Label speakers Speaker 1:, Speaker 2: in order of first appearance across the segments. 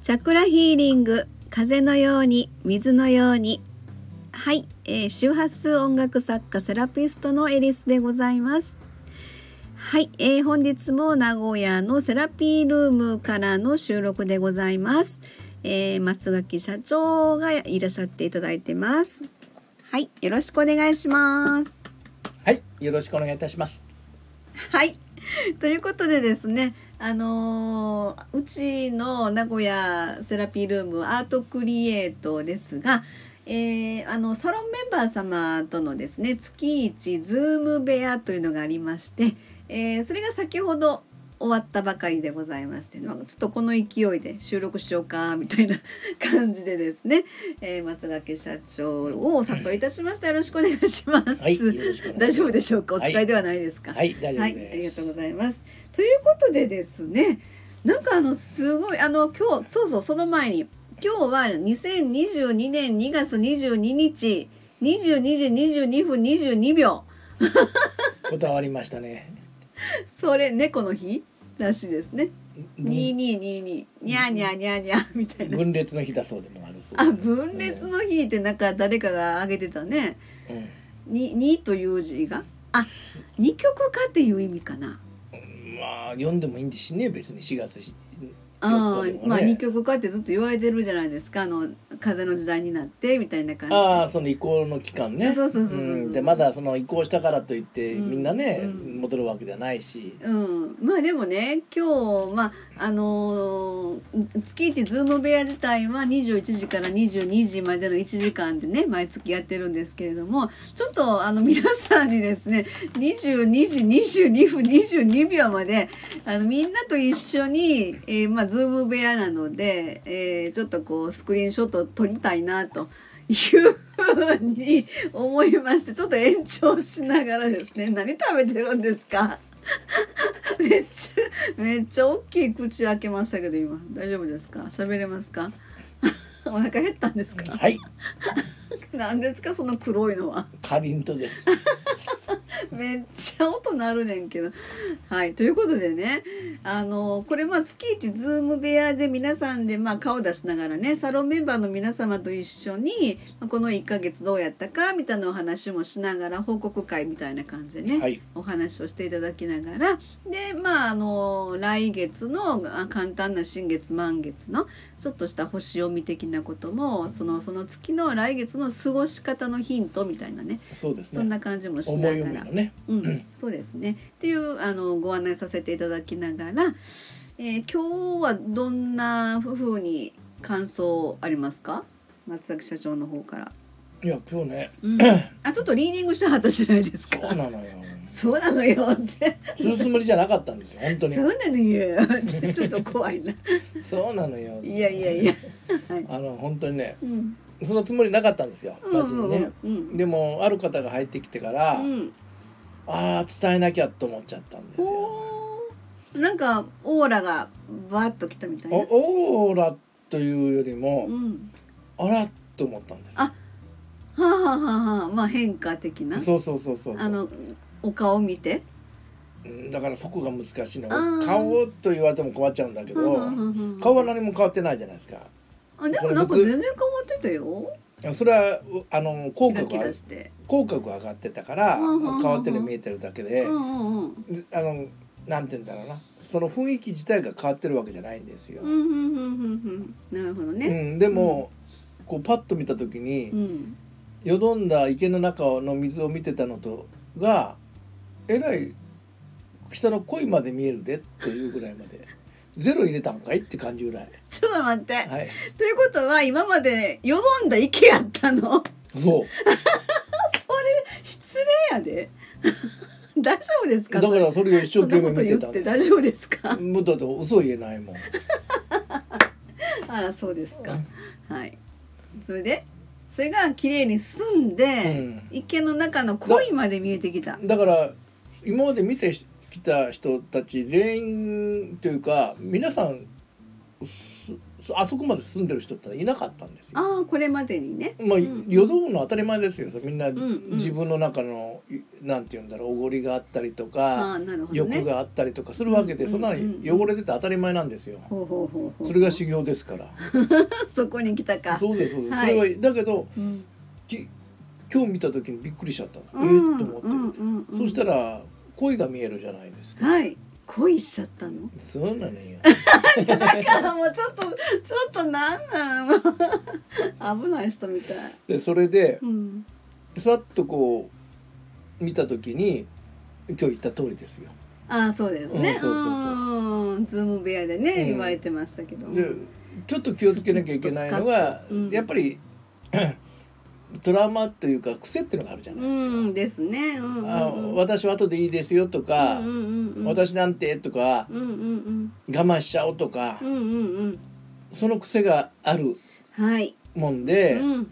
Speaker 1: チャクラヒーリング風のように水のようにはい、えー、周波数音楽作家セラピストのエリスでございますはい、えー、本日も名古屋のセラピールームからの収録でございます、えー、松垣社長がいらっしゃっていただいてますはい、よろしくお願いします
Speaker 2: はい、よろしくお願いいたします
Speaker 1: はい、ということでですねあのー、うちの名古屋セラピールームアートクリエイトですが、えー、あのサロンメンバー様とのですね月1ズーム部屋というのがありまして、えー、それが先ほど終わったばかりでございまして、まあ、ちょっとこの勢いで収録しようかみたいな感じでですね、えー、松垣社長をお誘いいたしました、よろしくお願いします、
Speaker 2: はい、
Speaker 1: 大丈夫でしょうかお使いではないですか、、
Speaker 2: はい、はい、はい
Speaker 1: ありがとうございますということでですねなんかあのすごいあの今日そうそうその前に今日は2022年2月22日22時22分22秒
Speaker 2: こだわりましたね
Speaker 1: それ猫の日らしいですね。二二二二にゃにゃにゃにゃみたいな。
Speaker 2: 分裂の日だそうでもある
Speaker 1: そう、ね、あ、分裂の日ってなんか誰かが挙げてたね。二、うん、二という字が、あ、二曲かっていう意味かな。
Speaker 2: うん、まあ読んでもいいんですね。別に四月、ね、
Speaker 1: ああ、まあ二曲かってずっと言われてるじゃないですか。あの風の時代になってみたいな感じ。
Speaker 2: ああ、その移行の期間ね。、
Speaker 1: そうそうそうそう、うん
Speaker 2: でまだその移行したからといって、みんなね、戻るわけじゃないし。
Speaker 1: うん、まあでもね今日、まああのー、月一ズーム部屋自体は21時から22時までの1時間でね毎月やってるんですけれどもちょっとあの皆さんにですね22時22分22秒まであのみんなと一緒に、えーまあ、ズーム部屋なので、えー、ちょっとこうスクリーンショット撮りたいなと。いうふうに思いましてちょっと延長しながらですね 何食べてるんですか めっちゃめっちゃ大きい口開けましたけど今大丈夫ですか喋れますか お腹減ったんですか
Speaker 2: はい
Speaker 1: 何ですかその黒いのは
Speaker 2: かりんとです
Speaker 1: めっちゃ音鳴るねんけど。はい。ということでね、あの、これまあ月一ズーム部屋で皆さんでまあ顔出しながらね、サロンメンバーの皆様と一緒に、この1ヶ月どうやったかみたいなお話もしながら、報告会みたいな感じでね、はい、お話をしていただきながら、で、まああの、来月の簡単な新月満月の、ちょっとした星読み的なことも、その、その月の来月の過ごし方のヒントみたいなね、
Speaker 2: そうですね。
Speaker 1: そんな感じもしながら。
Speaker 2: ね、
Speaker 1: うん、そうですね。っていうあのご案内させていただきながら、えー、今日はどんなふうに感想ありますか、松崎社長の方から。
Speaker 2: いや今日ね、
Speaker 1: うん、 あちょっとリーディングしたはったじゃないですか。
Speaker 2: そうなのよ。
Speaker 1: そうなのよって。
Speaker 2: するつもりじゃなかったんですよ本当に。
Speaker 1: そうなのよってちょっと怖 いな。
Speaker 2: そうなのよ。
Speaker 1: いやいやいや。
Speaker 2: はい、あの本当にね。うんそのつもりなかったんですよ、マジでね、うんうんうん、でもある方が入ってきてから、うん、ああ伝えなきゃと思っちゃったんですよ
Speaker 1: なんかオーラがバッときたみたいな
Speaker 2: オーラというよりも、うん、あらと思ったんです
Speaker 1: あはあ、はあははあ、まあ変化的な
Speaker 2: そうそうそうそう
Speaker 1: あのお顔見て
Speaker 2: だからそこが難しいの顔と言われても困っちゃうんだけど、ははは顔は何も変わってないじゃないですか
Speaker 1: あでもなんか全然変わってたよ。
Speaker 2: それはあの口角が口角上がってたから変わってる見えてるだけで、あのなんて言うんだろうなその雰囲気自体が変わってるわけじゃないんですよ。
Speaker 1: なるほどね。
Speaker 2: うん、でも、うん、こうパッと見た時に、うん、よどんだ池の中の水を見てたのとがえらい下の鯉まで見えるでというぐらいまで。 ゼロ入れたんかいって感じぐらい。
Speaker 1: ちょっと待って。
Speaker 2: はい、
Speaker 1: ということは今までよどんだ池やったの。
Speaker 2: そう。それ
Speaker 1: 失礼やで。 大丈夫ですか。
Speaker 2: だからそれを一生懸命見てた
Speaker 1: て大丈夫ですか。
Speaker 2: もうだって嘘言えないもん。
Speaker 1: あらそうですか。はい。それで。それが綺麗に澄んで、うん、池の中の鯉まで見えてきた。
Speaker 2: だから今まで見て来た人たち全員というか皆さんあそこまで住んでる人っていなかったんですよ。
Speaker 1: ああこれまでにね。
Speaker 2: まあ、
Speaker 1: うん
Speaker 2: 淀むのは当たり前ですよみんな
Speaker 1: んうん
Speaker 2: 自分の中の、いなんて言うんだろうおごりがあったりとか、
Speaker 1: ああなるほどね。
Speaker 2: 欲があったりとかするわけで、
Speaker 1: うん
Speaker 2: そんな
Speaker 1: うん
Speaker 2: の汚れてて当たり前なんですよ。
Speaker 1: ほうほうほうほう。
Speaker 2: それが修行ですから。
Speaker 1: そこに来たか。
Speaker 2: そうですそうです。
Speaker 1: はい
Speaker 2: それはだけど
Speaker 1: うん
Speaker 2: き今日見た時にびっくりしちゃった。
Speaker 1: う
Speaker 2: え
Speaker 1: ん
Speaker 2: ーっと思って。
Speaker 1: うんうんうん
Speaker 2: そしたら恋が見えるじゃないですか。
Speaker 1: はい恋しちゃったの。
Speaker 2: そうなのよ。
Speaker 1: だからもうちょっとちょっとなんな の。危ない人みたい。
Speaker 2: でそれで
Speaker 1: うん。
Speaker 2: さっとこう見た時に今日言った通りですよ。
Speaker 1: ああそうですね。
Speaker 2: うんそうそうそう
Speaker 1: うんズーム部屋で
Speaker 2: う
Speaker 1: ね
Speaker 2: ん
Speaker 1: 言われてましたけど。
Speaker 2: でちょっと気をつけなきゃいけないのが、
Speaker 1: うん
Speaker 2: やっぱり トラウマというか癖っていうのがあるじゃな
Speaker 1: う
Speaker 2: いですか。
Speaker 1: んですね。うんうんうん
Speaker 2: あ私は後でいいですよとか、
Speaker 1: うんうんうんうん。
Speaker 2: 私なんてとか
Speaker 1: うんうんうん
Speaker 2: 我慢しちゃおうとか、
Speaker 1: うんうん
Speaker 2: その癖がある
Speaker 1: うん。はい。
Speaker 2: もんで、
Speaker 1: うん。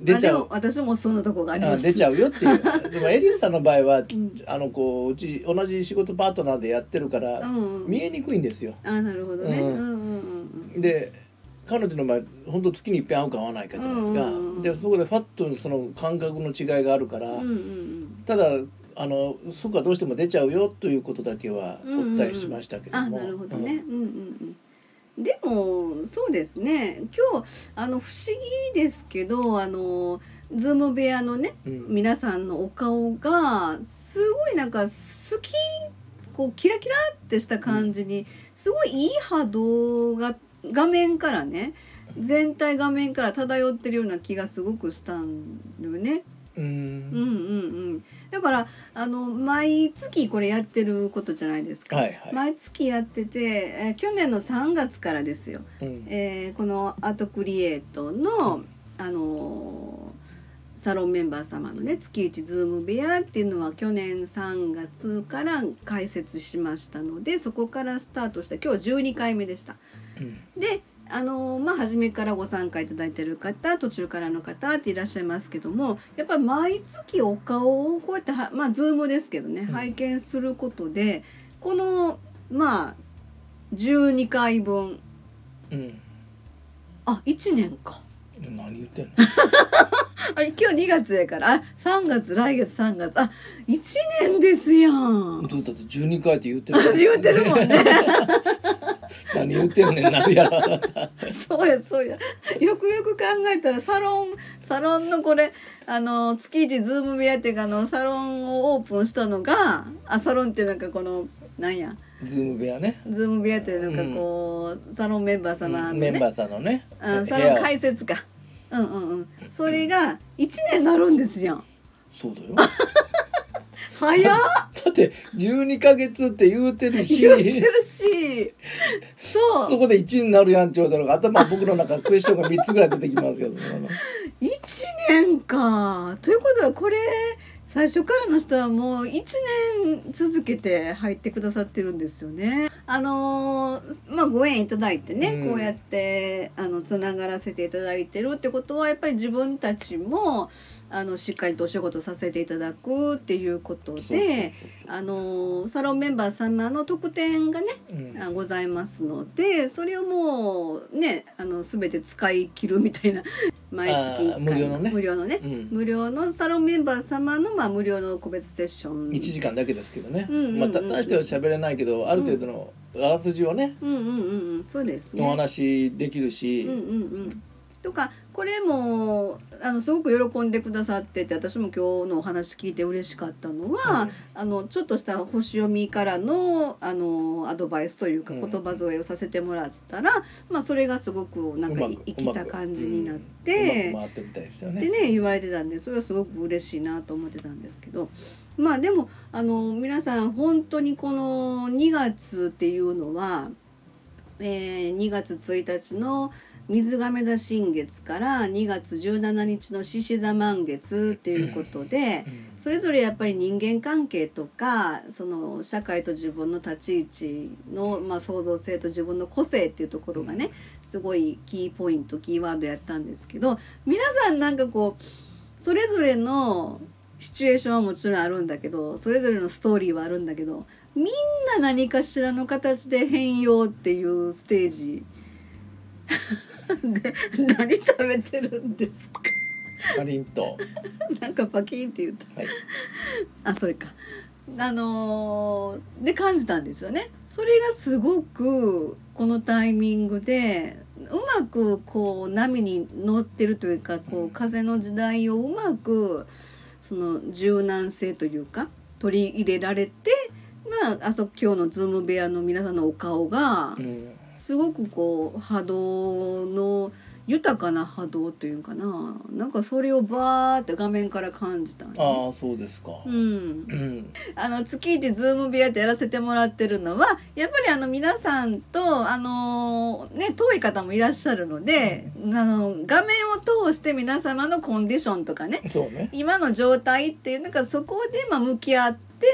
Speaker 2: 出ちゃ
Speaker 1: あでも
Speaker 2: う。
Speaker 1: 私もそんなとこがありま
Speaker 2: あ
Speaker 1: す。
Speaker 2: 出ち
Speaker 1: ゃ
Speaker 2: ゃうよっていう でもエリスさんの場合は、
Speaker 1: ん
Speaker 2: あのこううち同じ仕事パートナーでやってるから、
Speaker 1: うんうん。
Speaker 2: 見えにくいんですよ
Speaker 1: あなるほどね。う
Speaker 2: うんん
Speaker 1: うんうん
Speaker 2: で彼女の場合本当月に一遍会うか会わないかじゃないですか、
Speaker 1: うんうんうん
Speaker 2: でそこでファッとその感覚の違いがあるから、
Speaker 1: うん。うんうん
Speaker 2: ただあのそこはどうしても出ちゃうよということだけはお伝えしました
Speaker 1: うん。
Speaker 2: けど
Speaker 1: あ
Speaker 2: も、
Speaker 1: なるほどね。うんうんうん。でもそうですね。今日あの不思議ですけどあのズーム部屋のね
Speaker 2: うん、うん
Speaker 1: 皆さんのお顔がすごいなんか好きこうキラキラってした感じに、すごいいい波動が画面からね全体画面から漂ってるような気がすごくしたんだよね。
Speaker 2: う
Speaker 1: うんうん
Speaker 2: ん
Speaker 1: うん、だからあの毎月これやってることじゃないですか。
Speaker 2: はいは
Speaker 1: 毎月やってて、えー去年の3月からですよ。
Speaker 2: い、うん
Speaker 1: えーこのアートクリエイトの、あのーサロンメンバー様のね月一ズーム部屋っていうのは去年3月から開設しましたのでそこからスタートした今日12回目でした。
Speaker 2: うん
Speaker 1: であのーまあ初めからご参加いただいてる方途中からの方っていらっしゃいますけどもやっぱり毎月お顔をこうやってはまあズームですけどね
Speaker 2: ん
Speaker 1: 拝見することで、このまあ12回分
Speaker 2: うん
Speaker 1: あ一1年か
Speaker 2: 何言ってんの
Speaker 1: あ今日2月やからあ3月来月3月あ1年ですやん
Speaker 2: どうだって12回って言ってる
Speaker 1: 私言うてるもんね
Speaker 2: 何言って んねん何やらあなた
Speaker 1: そうやそうやよくよく考えたらサロンサロンのこれあの月一ズーム部屋っていうかあのサロンをオープンしたのがあサロンっていうなんかこのなんや
Speaker 2: ズーム部屋ね
Speaker 1: ズーム部屋っていうなんかこう、サロンメンバー様の
Speaker 2: うん
Speaker 1: ね、
Speaker 2: メンバーさんのね
Speaker 1: あサ
Speaker 2: 部
Speaker 1: ロ
Speaker 2: 屋
Speaker 1: ン
Speaker 2: を
Speaker 1: 開設かうんうんうんそれが1年になるんですやん
Speaker 2: そうだよ
Speaker 1: 早っ
Speaker 2: だって12ヶ月って言うてるし
Speaker 1: 言ってる しそう
Speaker 2: そこで1になるやんって言われたのが頭僕の中クエスチョンが3つぐらい出てきますよ。その
Speaker 1: 1年かということはこれ最初からの人はもう1年続けて入ってくださってるんですよね。あのーまあご縁いただいてね、
Speaker 2: うん
Speaker 1: こうやってあのつながらせていただいてるってことはやっぱり自分たちもあのしっかりとお仕事させていただくっていうこと
Speaker 2: そうそうそう
Speaker 1: であのーサロンメンバー様の特典がね
Speaker 2: うん
Speaker 1: あございますのでそれをもうねあの全て使い切るみたいな 毎月一回
Speaker 2: 無料のね
Speaker 1: 無料のね、
Speaker 2: うん
Speaker 1: 無料のサロンメンバー様の、まあ、無料の個別セッション
Speaker 2: 1時間だけですけどね、
Speaker 1: うんうんうん
Speaker 2: まあ、た大しては喋れないけどある程度のあらすじをね、
Speaker 1: うんうんうんうんそうですね
Speaker 2: お話できるし、
Speaker 1: うんうんうんとかこれもあのすごく喜んでくださってて私も今日のお話聞いて嬉しかったのは、
Speaker 2: うん
Speaker 1: あのちょっとした星読みからのあのアドバイスというか
Speaker 2: う
Speaker 1: 言
Speaker 2: ん
Speaker 1: 葉添えをさせてもらったら、まあ、それがすごくなんか
Speaker 2: うまく
Speaker 1: 生きた感じになっ
Speaker 2: う
Speaker 1: て、
Speaker 2: まく回ってみたいですよ
Speaker 1: で
Speaker 2: ね。
Speaker 1: ね言われてたんでそれはすごく嬉しいなと思ってたんですけどまあでもあの皆さん本当にこの2月っていうのは、えー2月1日の水亀座新月から2月17日の獅子座満月っていうことで。
Speaker 2: うん
Speaker 1: それぞれやっぱり人間関係とかその社会と自分の立ち位置の、まあ、創造性と自分の個性っていうところがね、すごいキーポイントキーワードやったんですけど皆さんなんかこうそれぞれのシチュエーションはもちろんあるんだけどそれぞれのストーリーはあるんだけどみんな何かしらの形で変容っていうステージ で何食べてるんですか
Speaker 2: かりんと
Speaker 1: なんかパキンって言った
Speaker 2: はい
Speaker 1: あそれかあのーで感じたんですよねそれがすごくこのタイミングでうまくこう波に乗ってるというかこ
Speaker 2: う
Speaker 1: うん風の時代をうまくその柔軟性というか取り入れられてまああそ今日のズーム部屋の皆さんのお顔が
Speaker 2: うん
Speaker 1: すごくこう波動の豊かな波動というかななんかそれをバーって画面から感じたんで
Speaker 2: ああそうですか
Speaker 1: うん
Speaker 2: う、ん
Speaker 1: あの月一ズーム部屋でやらせてもらってるのはやっぱりあの皆さんとあのーね遠い方もいらっしゃるので、あの画面を通して皆様のコンディションとかね
Speaker 2: そうね
Speaker 1: 今の状態っていうなんかそこでまあ向き合って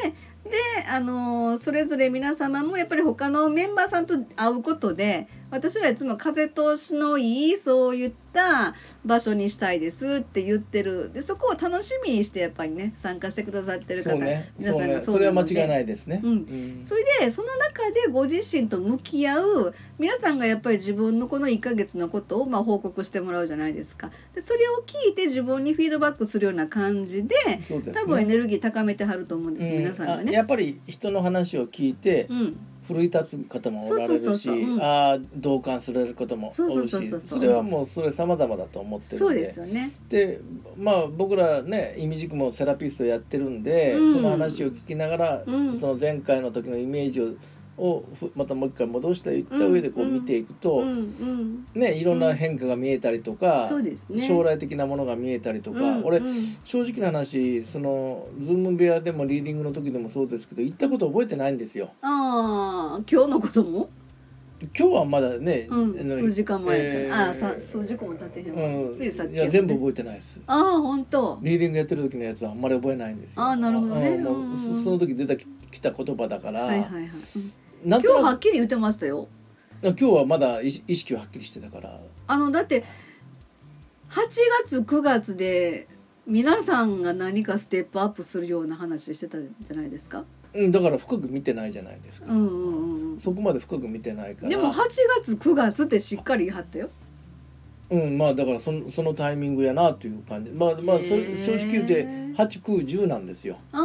Speaker 1: であのーそれぞれ皆様もやっぱり他のメンバーさんと会うことで私らいつも風通しのいいそういった場所にしたいですって言ってるでそこを楽しみにしてやっぱりね参加してくださってる
Speaker 2: そ
Speaker 1: 方、
Speaker 2: うね
Speaker 1: 皆
Speaker 2: そう
Speaker 1: さん
Speaker 2: ね
Speaker 1: が
Speaker 2: それは間違い
Speaker 1: い。
Speaker 2: ないですね
Speaker 1: うん
Speaker 2: ん
Speaker 1: それでその中でご自身と向き合う皆さんがやっぱり自分のこの1ヶ月のことをまあ報告してもらうじゃないですかでそれを聞いて自分にフィードバックするような感じで
Speaker 2: そうですね
Speaker 1: 多分エネルギー高めてはると思うんです、皆さんが
Speaker 2: あ
Speaker 1: ね。
Speaker 2: やっぱり人の話を聞いて
Speaker 1: うん、
Speaker 2: 奮い立つ方もおられるし、
Speaker 1: そうそうそうそううん
Speaker 2: ああ同感する方も
Speaker 1: そう
Speaker 2: お
Speaker 1: そ
Speaker 2: る
Speaker 1: う
Speaker 2: し
Speaker 1: そうそう
Speaker 2: それはもうそれ様々だと思ってるんで
Speaker 1: そうですよね。
Speaker 2: でまあ僕らねイミジクもセラピストやってるんで、
Speaker 1: うん
Speaker 2: その話を聞きながら、
Speaker 1: うん
Speaker 2: その前回の時のイメージををふまたもう一回戻した言った上でこう
Speaker 1: うん
Speaker 2: 見ていくと、
Speaker 1: うんうん、
Speaker 2: ね、いろんな変化が見えたりとか、
Speaker 1: そうですね。
Speaker 2: 将来的なものが見えたりと
Speaker 1: と
Speaker 2: か、俺正直な話そのズーム部屋でもリーディングの時でもそうですけど行ったこと覚えてないんですよ。
Speaker 1: ああ今日のことも、
Speaker 2: 今日はまだね、
Speaker 1: うん、
Speaker 2: あの
Speaker 1: 数時間前から、
Speaker 2: えー
Speaker 1: ああさ数時間も経ってへんわ、
Speaker 2: うん、
Speaker 1: ついさっき
Speaker 2: い
Speaker 1: や
Speaker 2: や
Speaker 1: ね
Speaker 2: 全部覚えてないです。
Speaker 1: ああ本当
Speaker 2: リーディングやってる時のやつはあんまり覚えないんですよ。
Speaker 1: あーなるほどね
Speaker 2: うんもう
Speaker 1: うんうん
Speaker 2: そその時出たき来た言葉だから、
Speaker 1: はいはいはい、うん
Speaker 2: なん
Speaker 1: 今
Speaker 2: と
Speaker 1: 日は
Speaker 2: な
Speaker 1: っきり言ってましたよ
Speaker 2: く今日はまだ意識意識ははっきりしてたから、
Speaker 1: あのだって8月9月で皆さんが何かステップアップするような話してたじゃないですか。
Speaker 2: うん、だから深く見てないじゃないですか。
Speaker 1: うんうん
Speaker 2: そこまで深く見てないか
Speaker 1: う
Speaker 2: ら。
Speaker 1: ん。でも8月9月ってしっかり言い張ったよ。
Speaker 2: うん、まあだからそのそのタイミングやなという感じ。まあまあそ
Speaker 1: へー
Speaker 2: 正直言って八九十なんですよ。
Speaker 1: あ
Speaker 2: だ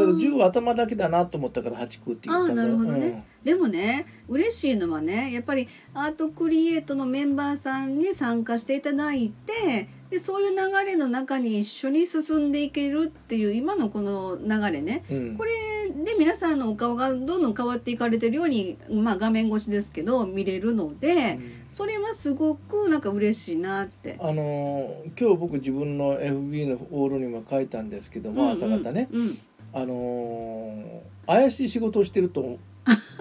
Speaker 1: あ。
Speaker 2: から十は頭だけだなと思ったから八九って言ったんだ
Speaker 1: あーなる
Speaker 2: よ
Speaker 1: ほどねでもね嬉しいのはねやっぱりアートクリエイトのメンバーさんに参加していただいてでそういう流れの中に一緒に進んでいけるっていう今のこの流れね
Speaker 2: うん。うん
Speaker 1: これで皆さんのお顔がどんどん変わっていかれてるように、まあ、画面越しですけど見れるのでそれはすごくなんか嬉しいなって。
Speaker 2: あのー今日僕自分の FB のオールにも書いたんですけども、朝方ね、
Speaker 1: うん うん、
Speaker 2: あのー怪しい仕事をしてると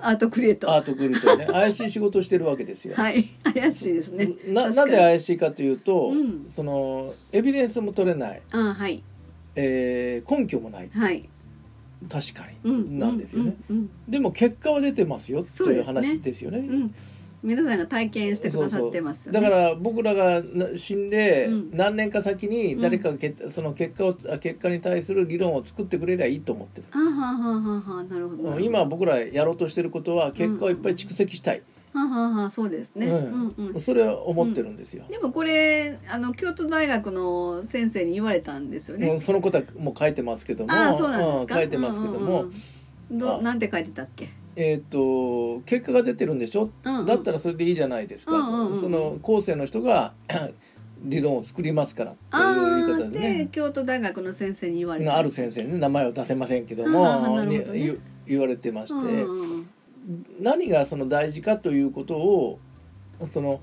Speaker 1: アートクリエイト。
Speaker 2: ア
Speaker 1: は
Speaker 2: ートグル ープね怪しい仕事をしてるわけですよ。
Speaker 1: い、怪しいですね。
Speaker 2: な
Speaker 1: 確
Speaker 2: な
Speaker 1: か
Speaker 2: ん
Speaker 1: に
Speaker 2: で怪しいかというと、
Speaker 1: うん
Speaker 2: そのエビデンスも取れない、
Speaker 1: あー、はい、
Speaker 2: えー根拠もない
Speaker 1: はい、
Speaker 2: 確かに、
Speaker 1: うん、
Speaker 2: なんですよね、。
Speaker 1: うんうん
Speaker 2: でも結果は出てますよ
Speaker 1: そ
Speaker 2: と
Speaker 1: う
Speaker 2: い
Speaker 1: で
Speaker 2: う
Speaker 1: すね
Speaker 2: 話ですよね。
Speaker 1: うん、皆さんが体験してくださってますよね。
Speaker 2: だから僕らがな死んで
Speaker 1: うん
Speaker 2: 何年か先に誰かがけ、その結果をあ結果に対する理論を作ってくれりゃいいと思ってる、
Speaker 1: あはあはあはあはあなるほど。
Speaker 2: 今僕らやろうとしてることは結果をいっぱい蓄積したい、
Speaker 1: はあはあはあそうですね。うんうん。
Speaker 2: それは思ってるんですよ、
Speaker 1: でもこれあの京都大学の先生に言われたんですよ
Speaker 2: も
Speaker 1: ね。
Speaker 2: うそのことはもう書いてますけども
Speaker 1: ああそうなんですか。
Speaker 2: うん書いてますけ
Speaker 1: う
Speaker 2: ども、
Speaker 1: んうんうん。ど
Speaker 2: あ
Speaker 1: なんて書いてたっけ。
Speaker 2: えっ、と結果が出てるんでしょ、
Speaker 1: うんうん
Speaker 2: だったらそれでいいじゃないですか、
Speaker 1: うんうんうん
Speaker 2: その後世の人が 理論を作りますからって
Speaker 1: あ
Speaker 2: いう
Speaker 1: あ
Speaker 2: 言い方でね
Speaker 1: で京都大学の先生に言われた。
Speaker 2: ある先生ね名前を出せませんけど
Speaker 1: あー
Speaker 2: も
Speaker 1: なるほどね
Speaker 2: に言言われてまして、
Speaker 1: うんうんうん
Speaker 2: 何がその大事かということをその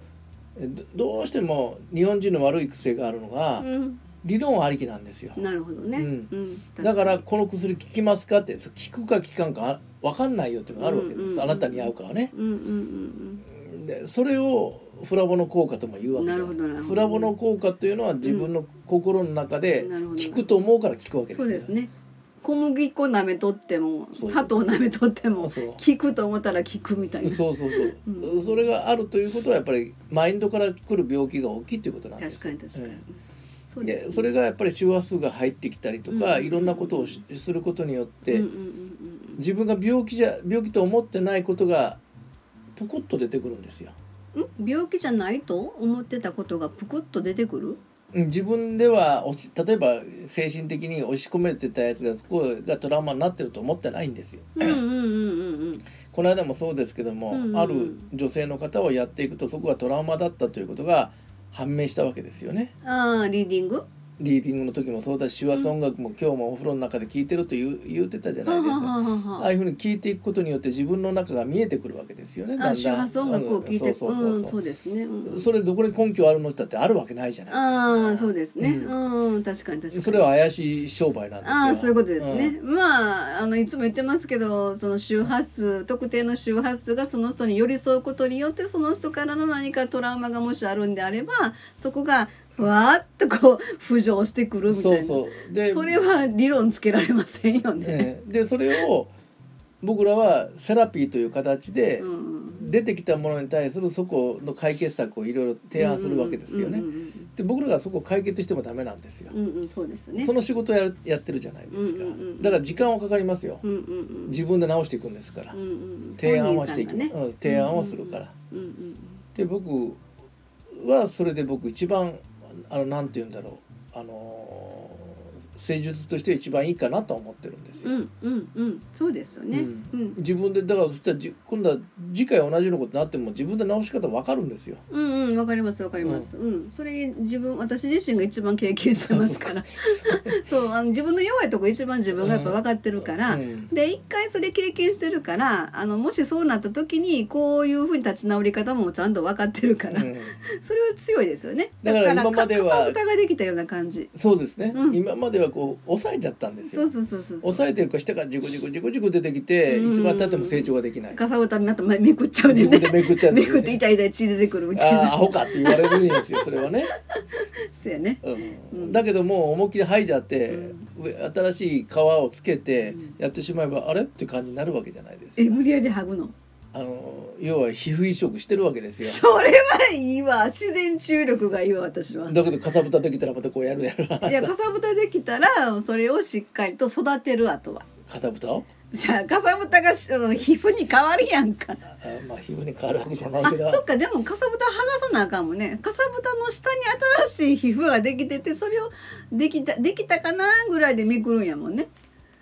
Speaker 2: えどどうしても日本人の悪い癖があるのが、
Speaker 1: うん。
Speaker 2: 理論ありきなんですよ。
Speaker 1: なるほどね。う
Speaker 2: うんん。
Speaker 1: 確
Speaker 2: だか
Speaker 1: に
Speaker 2: らこの薬効きますかってそう効くか効かんか分かんないよっていうのがあるわけです、
Speaker 1: うんうんうん
Speaker 2: あなたに合うかはね。
Speaker 1: うんうんうん
Speaker 2: でそれをフラボの効果とも言うわけで
Speaker 1: なるほどなるほど
Speaker 2: フラボの効果というのは自分の心の中で
Speaker 1: うんなるほど
Speaker 2: 聞くと思うから聞くわけ
Speaker 1: う
Speaker 2: で
Speaker 1: ん。
Speaker 2: すよ
Speaker 1: そうですね。小麦粉舐めとっても
Speaker 2: そう
Speaker 1: 砂糖舐めとっても
Speaker 2: そう
Speaker 1: 聞くと思ったら聞くみたいな。
Speaker 2: そうそうそう、
Speaker 1: う
Speaker 2: それがあるということはやっぱりマインドから来る病気が大きいということなんです
Speaker 1: 確かに確かに、
Speaker 2: え
Speaker 1: そ
Speaker 2: えで
Speaker 1: ね
Speaker 2: それがやっぱり周波数が入ってきたりとか、
Speaker 1: うん
Speaker 2: いろんなことをしすることによっ
Speaker 1: う
Speaker 2: て、
Speaker 1: んうんうん
Speaker 2: 自分が病気じゃ病気と思ってないことがポコッと出てくるんですよ。
Speaker 1: うんん病気じゃないと思ってたことがぷくっと出てくる
Speaker 2: うん自分では押し例えば精神的に押し込めてたやつがそこがトラウマになってると思ってないんですよ。
Speaker 1: うんうんうんうんうん
Speaker 2: この間もそうですけども、
Speaker 1: うんうん
Speaker 2: ある女性の方をやっていくとそこがトラウマだったということが判明したわけですよね。
Speaker 1: ああリーディング
Speaker 2: リーディングの時もそうだし手話音楽も今日もお風呂の中で聞いてると言う言うてたじゃないです
Speaker 1: は
Speaker 2: か。
Speaker 1: ははは
Speaker 2: ああいうふうに聞いていくことによって自分の中が見えてくるわけですよね。だ
Speaker 1: あ
Speaker 2: ん
Speaker 1: 周
Speaker 2: だん
Speaker 1: 波数音楽を聞いて
Speaker 2: うんそうそうそう
Speaker 1: うん
Speaker 2: そ
Speaker 1: そううですね、うん
Speaker 2: それどこに根拠あるのってだってあるわけないじゃない。
Speaker 1: ああそうですね
Speaker 2: う
Speaker 1: うん、確かに確かに
Speaker 2: それは怪しい商売なんですよ。
Speaker 1: ああそういうことですね、まああのいつも言ってますけどその周波数特定の周波数がその人に寄り添うことによってその人からの何かトラウマがもしあるんであればそこがふわっとこう浮上してく
Speaker 2: う
Speaker 1: る
Speaker 2: ん。
Speaker 1: みたい
Speaker 2: そ
Speaker 1: な
Speaker 2: うそう。で、
Speaker 1: それは理論つけられませんよね。
Speaker 2: ええでそれを僕らはセラピーという形で
Speaker 1: うん
Speaker 2: 出てきたものに対するそこの解決策をいろいろ提案するわけですよね
Speaker 1: うん。うん
Speaker 2: で僕らがそこを解決してもダメなんですよ
Speaker 1: う。んうんうんうん、そうですよね
Speaker 2: そ。の仕事をやるやってるじゃないですか
Speaker 1: うんうんうん。
Speaker 2: だから時間はかかりますよ。
Speaker 1: うんうんうん
Speaker 2: 自分で直していくんですから
Speaker 1: うん。うん
Speaker 2: 提案はしていく。
Speaker 1: 本人さんがね
Speaker 2: うん提案はするから。
Speaker 1: うんうん
Speaker 2: で僕はそれで僕一番あのなんて言うんだろうあの施術として一番いいかなと思ってるんですよ。
Speaker 1: うんうんうんそうですよね。
Speaker 2: うん
Speaker 1: うん
Speaker 2: 自分でだからそしたらじ今度は次回同じようなことになっても自分で直し方わかるんですよ。
Speaker 1: うんうんわかりますわかります。うん、それ自分私自身が一番経験してますから。そうあの自分の弱いとこ一番自分がやっぱ分かってるから。
Speaker 2: うん
Speaker 1: で一回それ経験してるからあのもしそうなった時にこういうふうに立ち直り方もちゃんと分かってるから、
Speaker 2: うん
Speaker 1: それは強いですよね
Speaker 2: だから今までは
Speaker 1: かかさぶたができたような感じ
Speaker 2: そうですね、
Speaker 1: うん
Speaker 2: 今まではこう抑えちゃったんです
Speaker 1: そう
Speaker 2: よ。
Speaker 1: そうそうそうそう
Speaker 2: 抑えてるから下からジュクジュクジュクジュク出てきて
Speaker 1: うん
Speaker 2: いつまでたっても成長ができない。
Speaker 1: かさぶたになったらめくっちゃうね
Speaker 2: 自
Speaker 1: んね
Speaker 2: 分でめくってや
Speaker 1: めくって
Speaker 2: ね。
Speaker 1: 痛い痛い血出てくるみ
Speaker 2: あ
Speaker 1: たい
Speaker 2: あーア
Speaker 1: な
Speaker 2: ホかって言われるんですよそれはね。
Speaker 1: そうやね
Speaker 2: うん
Speaker 1: うん
Speaker 2: だけどもう思いっきり剥いじゃって、
Speaker 1: う
Speaker 2: 上新しい皮をつけて
Speaker 1: うん
Speaker 2: やってしまえば、あれって感じになるわけじゃないですか
Speaker 1: え無理やり剥ぐの
Speaker 2: あの要は皮膚移植してるわけですよ
Speaker 1: それはいいわ自然治癒力がいいわ私は
Speaker 2: だけどかさぶたできたらまたこうやるやる
Speaker 1: いやかさぶたできたらそれをしっかりと育てるあとは
Speaker 2: かさぶたを
Speaker 1: じゃあかさぶたがしあの皮膚に変わるやんか
Speaker 2: あまあ皮膚に変わるわけじゃない
Speaker 1: あ
Speaker 2: けど
Speaker 1: そっかでもかさぶた剥がさなあかんもんねかさぶたの下に新しい皮膚ができててそれをできたできたかなぐらいでめくるんやもんね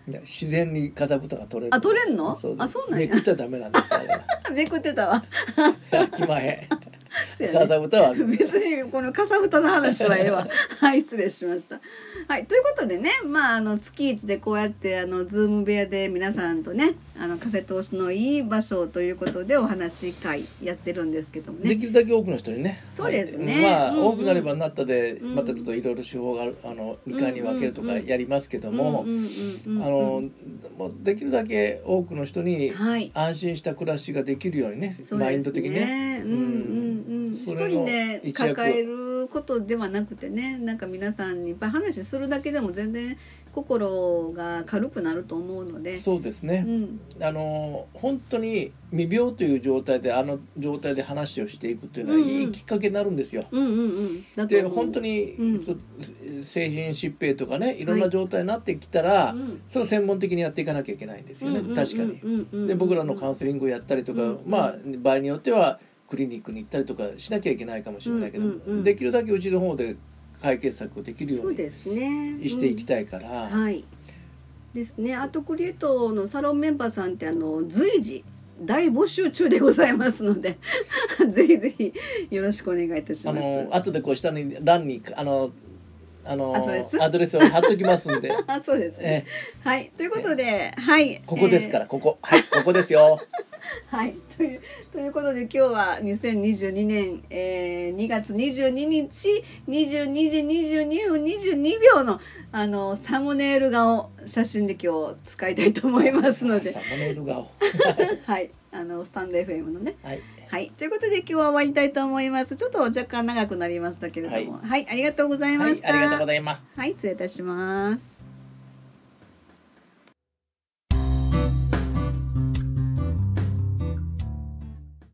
Speaker 2: いや自然にかさぶたが取れる
Speaker 1: あ取れんの
Speaker 2: です
Speaker 1: あそうなんや
Speaker 2: めくっちゃダメなんですあ れは
Speaker 1: めくってたわ
Speaker 2: きまへ
Speaker 1: そうんやね
Speaker 2: かさぶたは
Speaker 1: 別にこのかさぶたの話はええわ はい失礼しましたはいということでねまああの月一でこうやってあのズーム部屋で皆さんとねあの風通しのいい場所ということでお話し会やってるんですけども
Speaker 2: で
Speaker 1: ね
Speaker 2: きるだけ多くの人にね
Speaker 1: そうですね
Speaker 2: はいまあ、
Speaker 1: うんうん
Speaker 2: 多くなればなったで
Speaker 1: うん
Speaker 2: またちょっといろいろ手法があるあの2回に分けるとかやりますけども、
Speaker 1: うんうんうんうん
Speaker 2: あのもうできるだけ多くの人に
Speaker 1: はい
Speaker 2: 安心した暮らしができるようにね
Speaker 1: そうですね
Speaker 2: マインド的にね。
Speaker 1: うんうんうん、一
Speaker 2: それの
Speaker 1: 人で
Speaker 2: 一役
Speaker 1: 抱えることではなくてねなんか皆さんにいっぱい話するだけでも全然心が軽くなると思うので
Speaker 2: そうです
Speaker 1: う
Speaker 2: ね、
Speaker 1: ん、
Speaker 2: あの本当に未病という状態であの状態で話をしていくというのは
Speaker 1: うんうん
Speaker 2: いいきっかけになるんですよ。
Speaker 1: うんうんうんだと
Speaker 2: で
Speaker 1: 思う
Speaker 2: 本当に、
Speaker 1: うん
Speaker 2: ちょっと精神疾病とかねいろん
Speaker 1: は
Speaker 2: ない状態になってきたら、
Speaker 1: うん
Speaker 2: それを専門的にやっていかなきゃいけないんですよね、確かに。
Speaker 1: に
Speaker 2: で僕らのカウンセリングをやったりとか、
Speaker 1: うん
Speaker 2: まあ場合によってはクリニックに行ったりとかしなきゃいけないかもしれないけど、
Speaker 1: うんうんうん
Speaker 2: できるだけうちの方で解決策をできるよ
Speaker 1: そうう
Speaker 2: に
Speaker 1: ですね
Speaker 2: していきたいから、
Speaker 1: うんはいですねアートクリエイトのサロンメンバーさんってあの随時大募集中でございますので ぜひぜひよろしくお願いいたし
Speaker 2: あ
Speaker 1: ます
Speaker 2: の後でこう下に欄にあのあの
Speaker 1: アドレス
Speaker 2: を貼っときます んで
Speaker 1: あそうですね
Speaker 2: え
Speaker 1: はいということではい、
Speaker 2: ここですからら、ここはいここですよ
Speaker 1: えーはいというということで今日は2022年、えー、2月22日22時22分22秒のあのサムネイル画を写真で今日使いたいと思いますの で
Speaker 2: サムネイル顔
Speaker 1: はいあのスタンド FM のね
Speaker 2: はい
Speaker 1: はいということで今日は終わりたいと思いますちょっと若干長くなりましたけれどもはい、ありがとうござい
Speaker 2: は
Speaker 1: ま
Speaker 2: いあり
Speaker 1: した
Speaker 2: がとうございます
Speaker 1: はい失礼いたします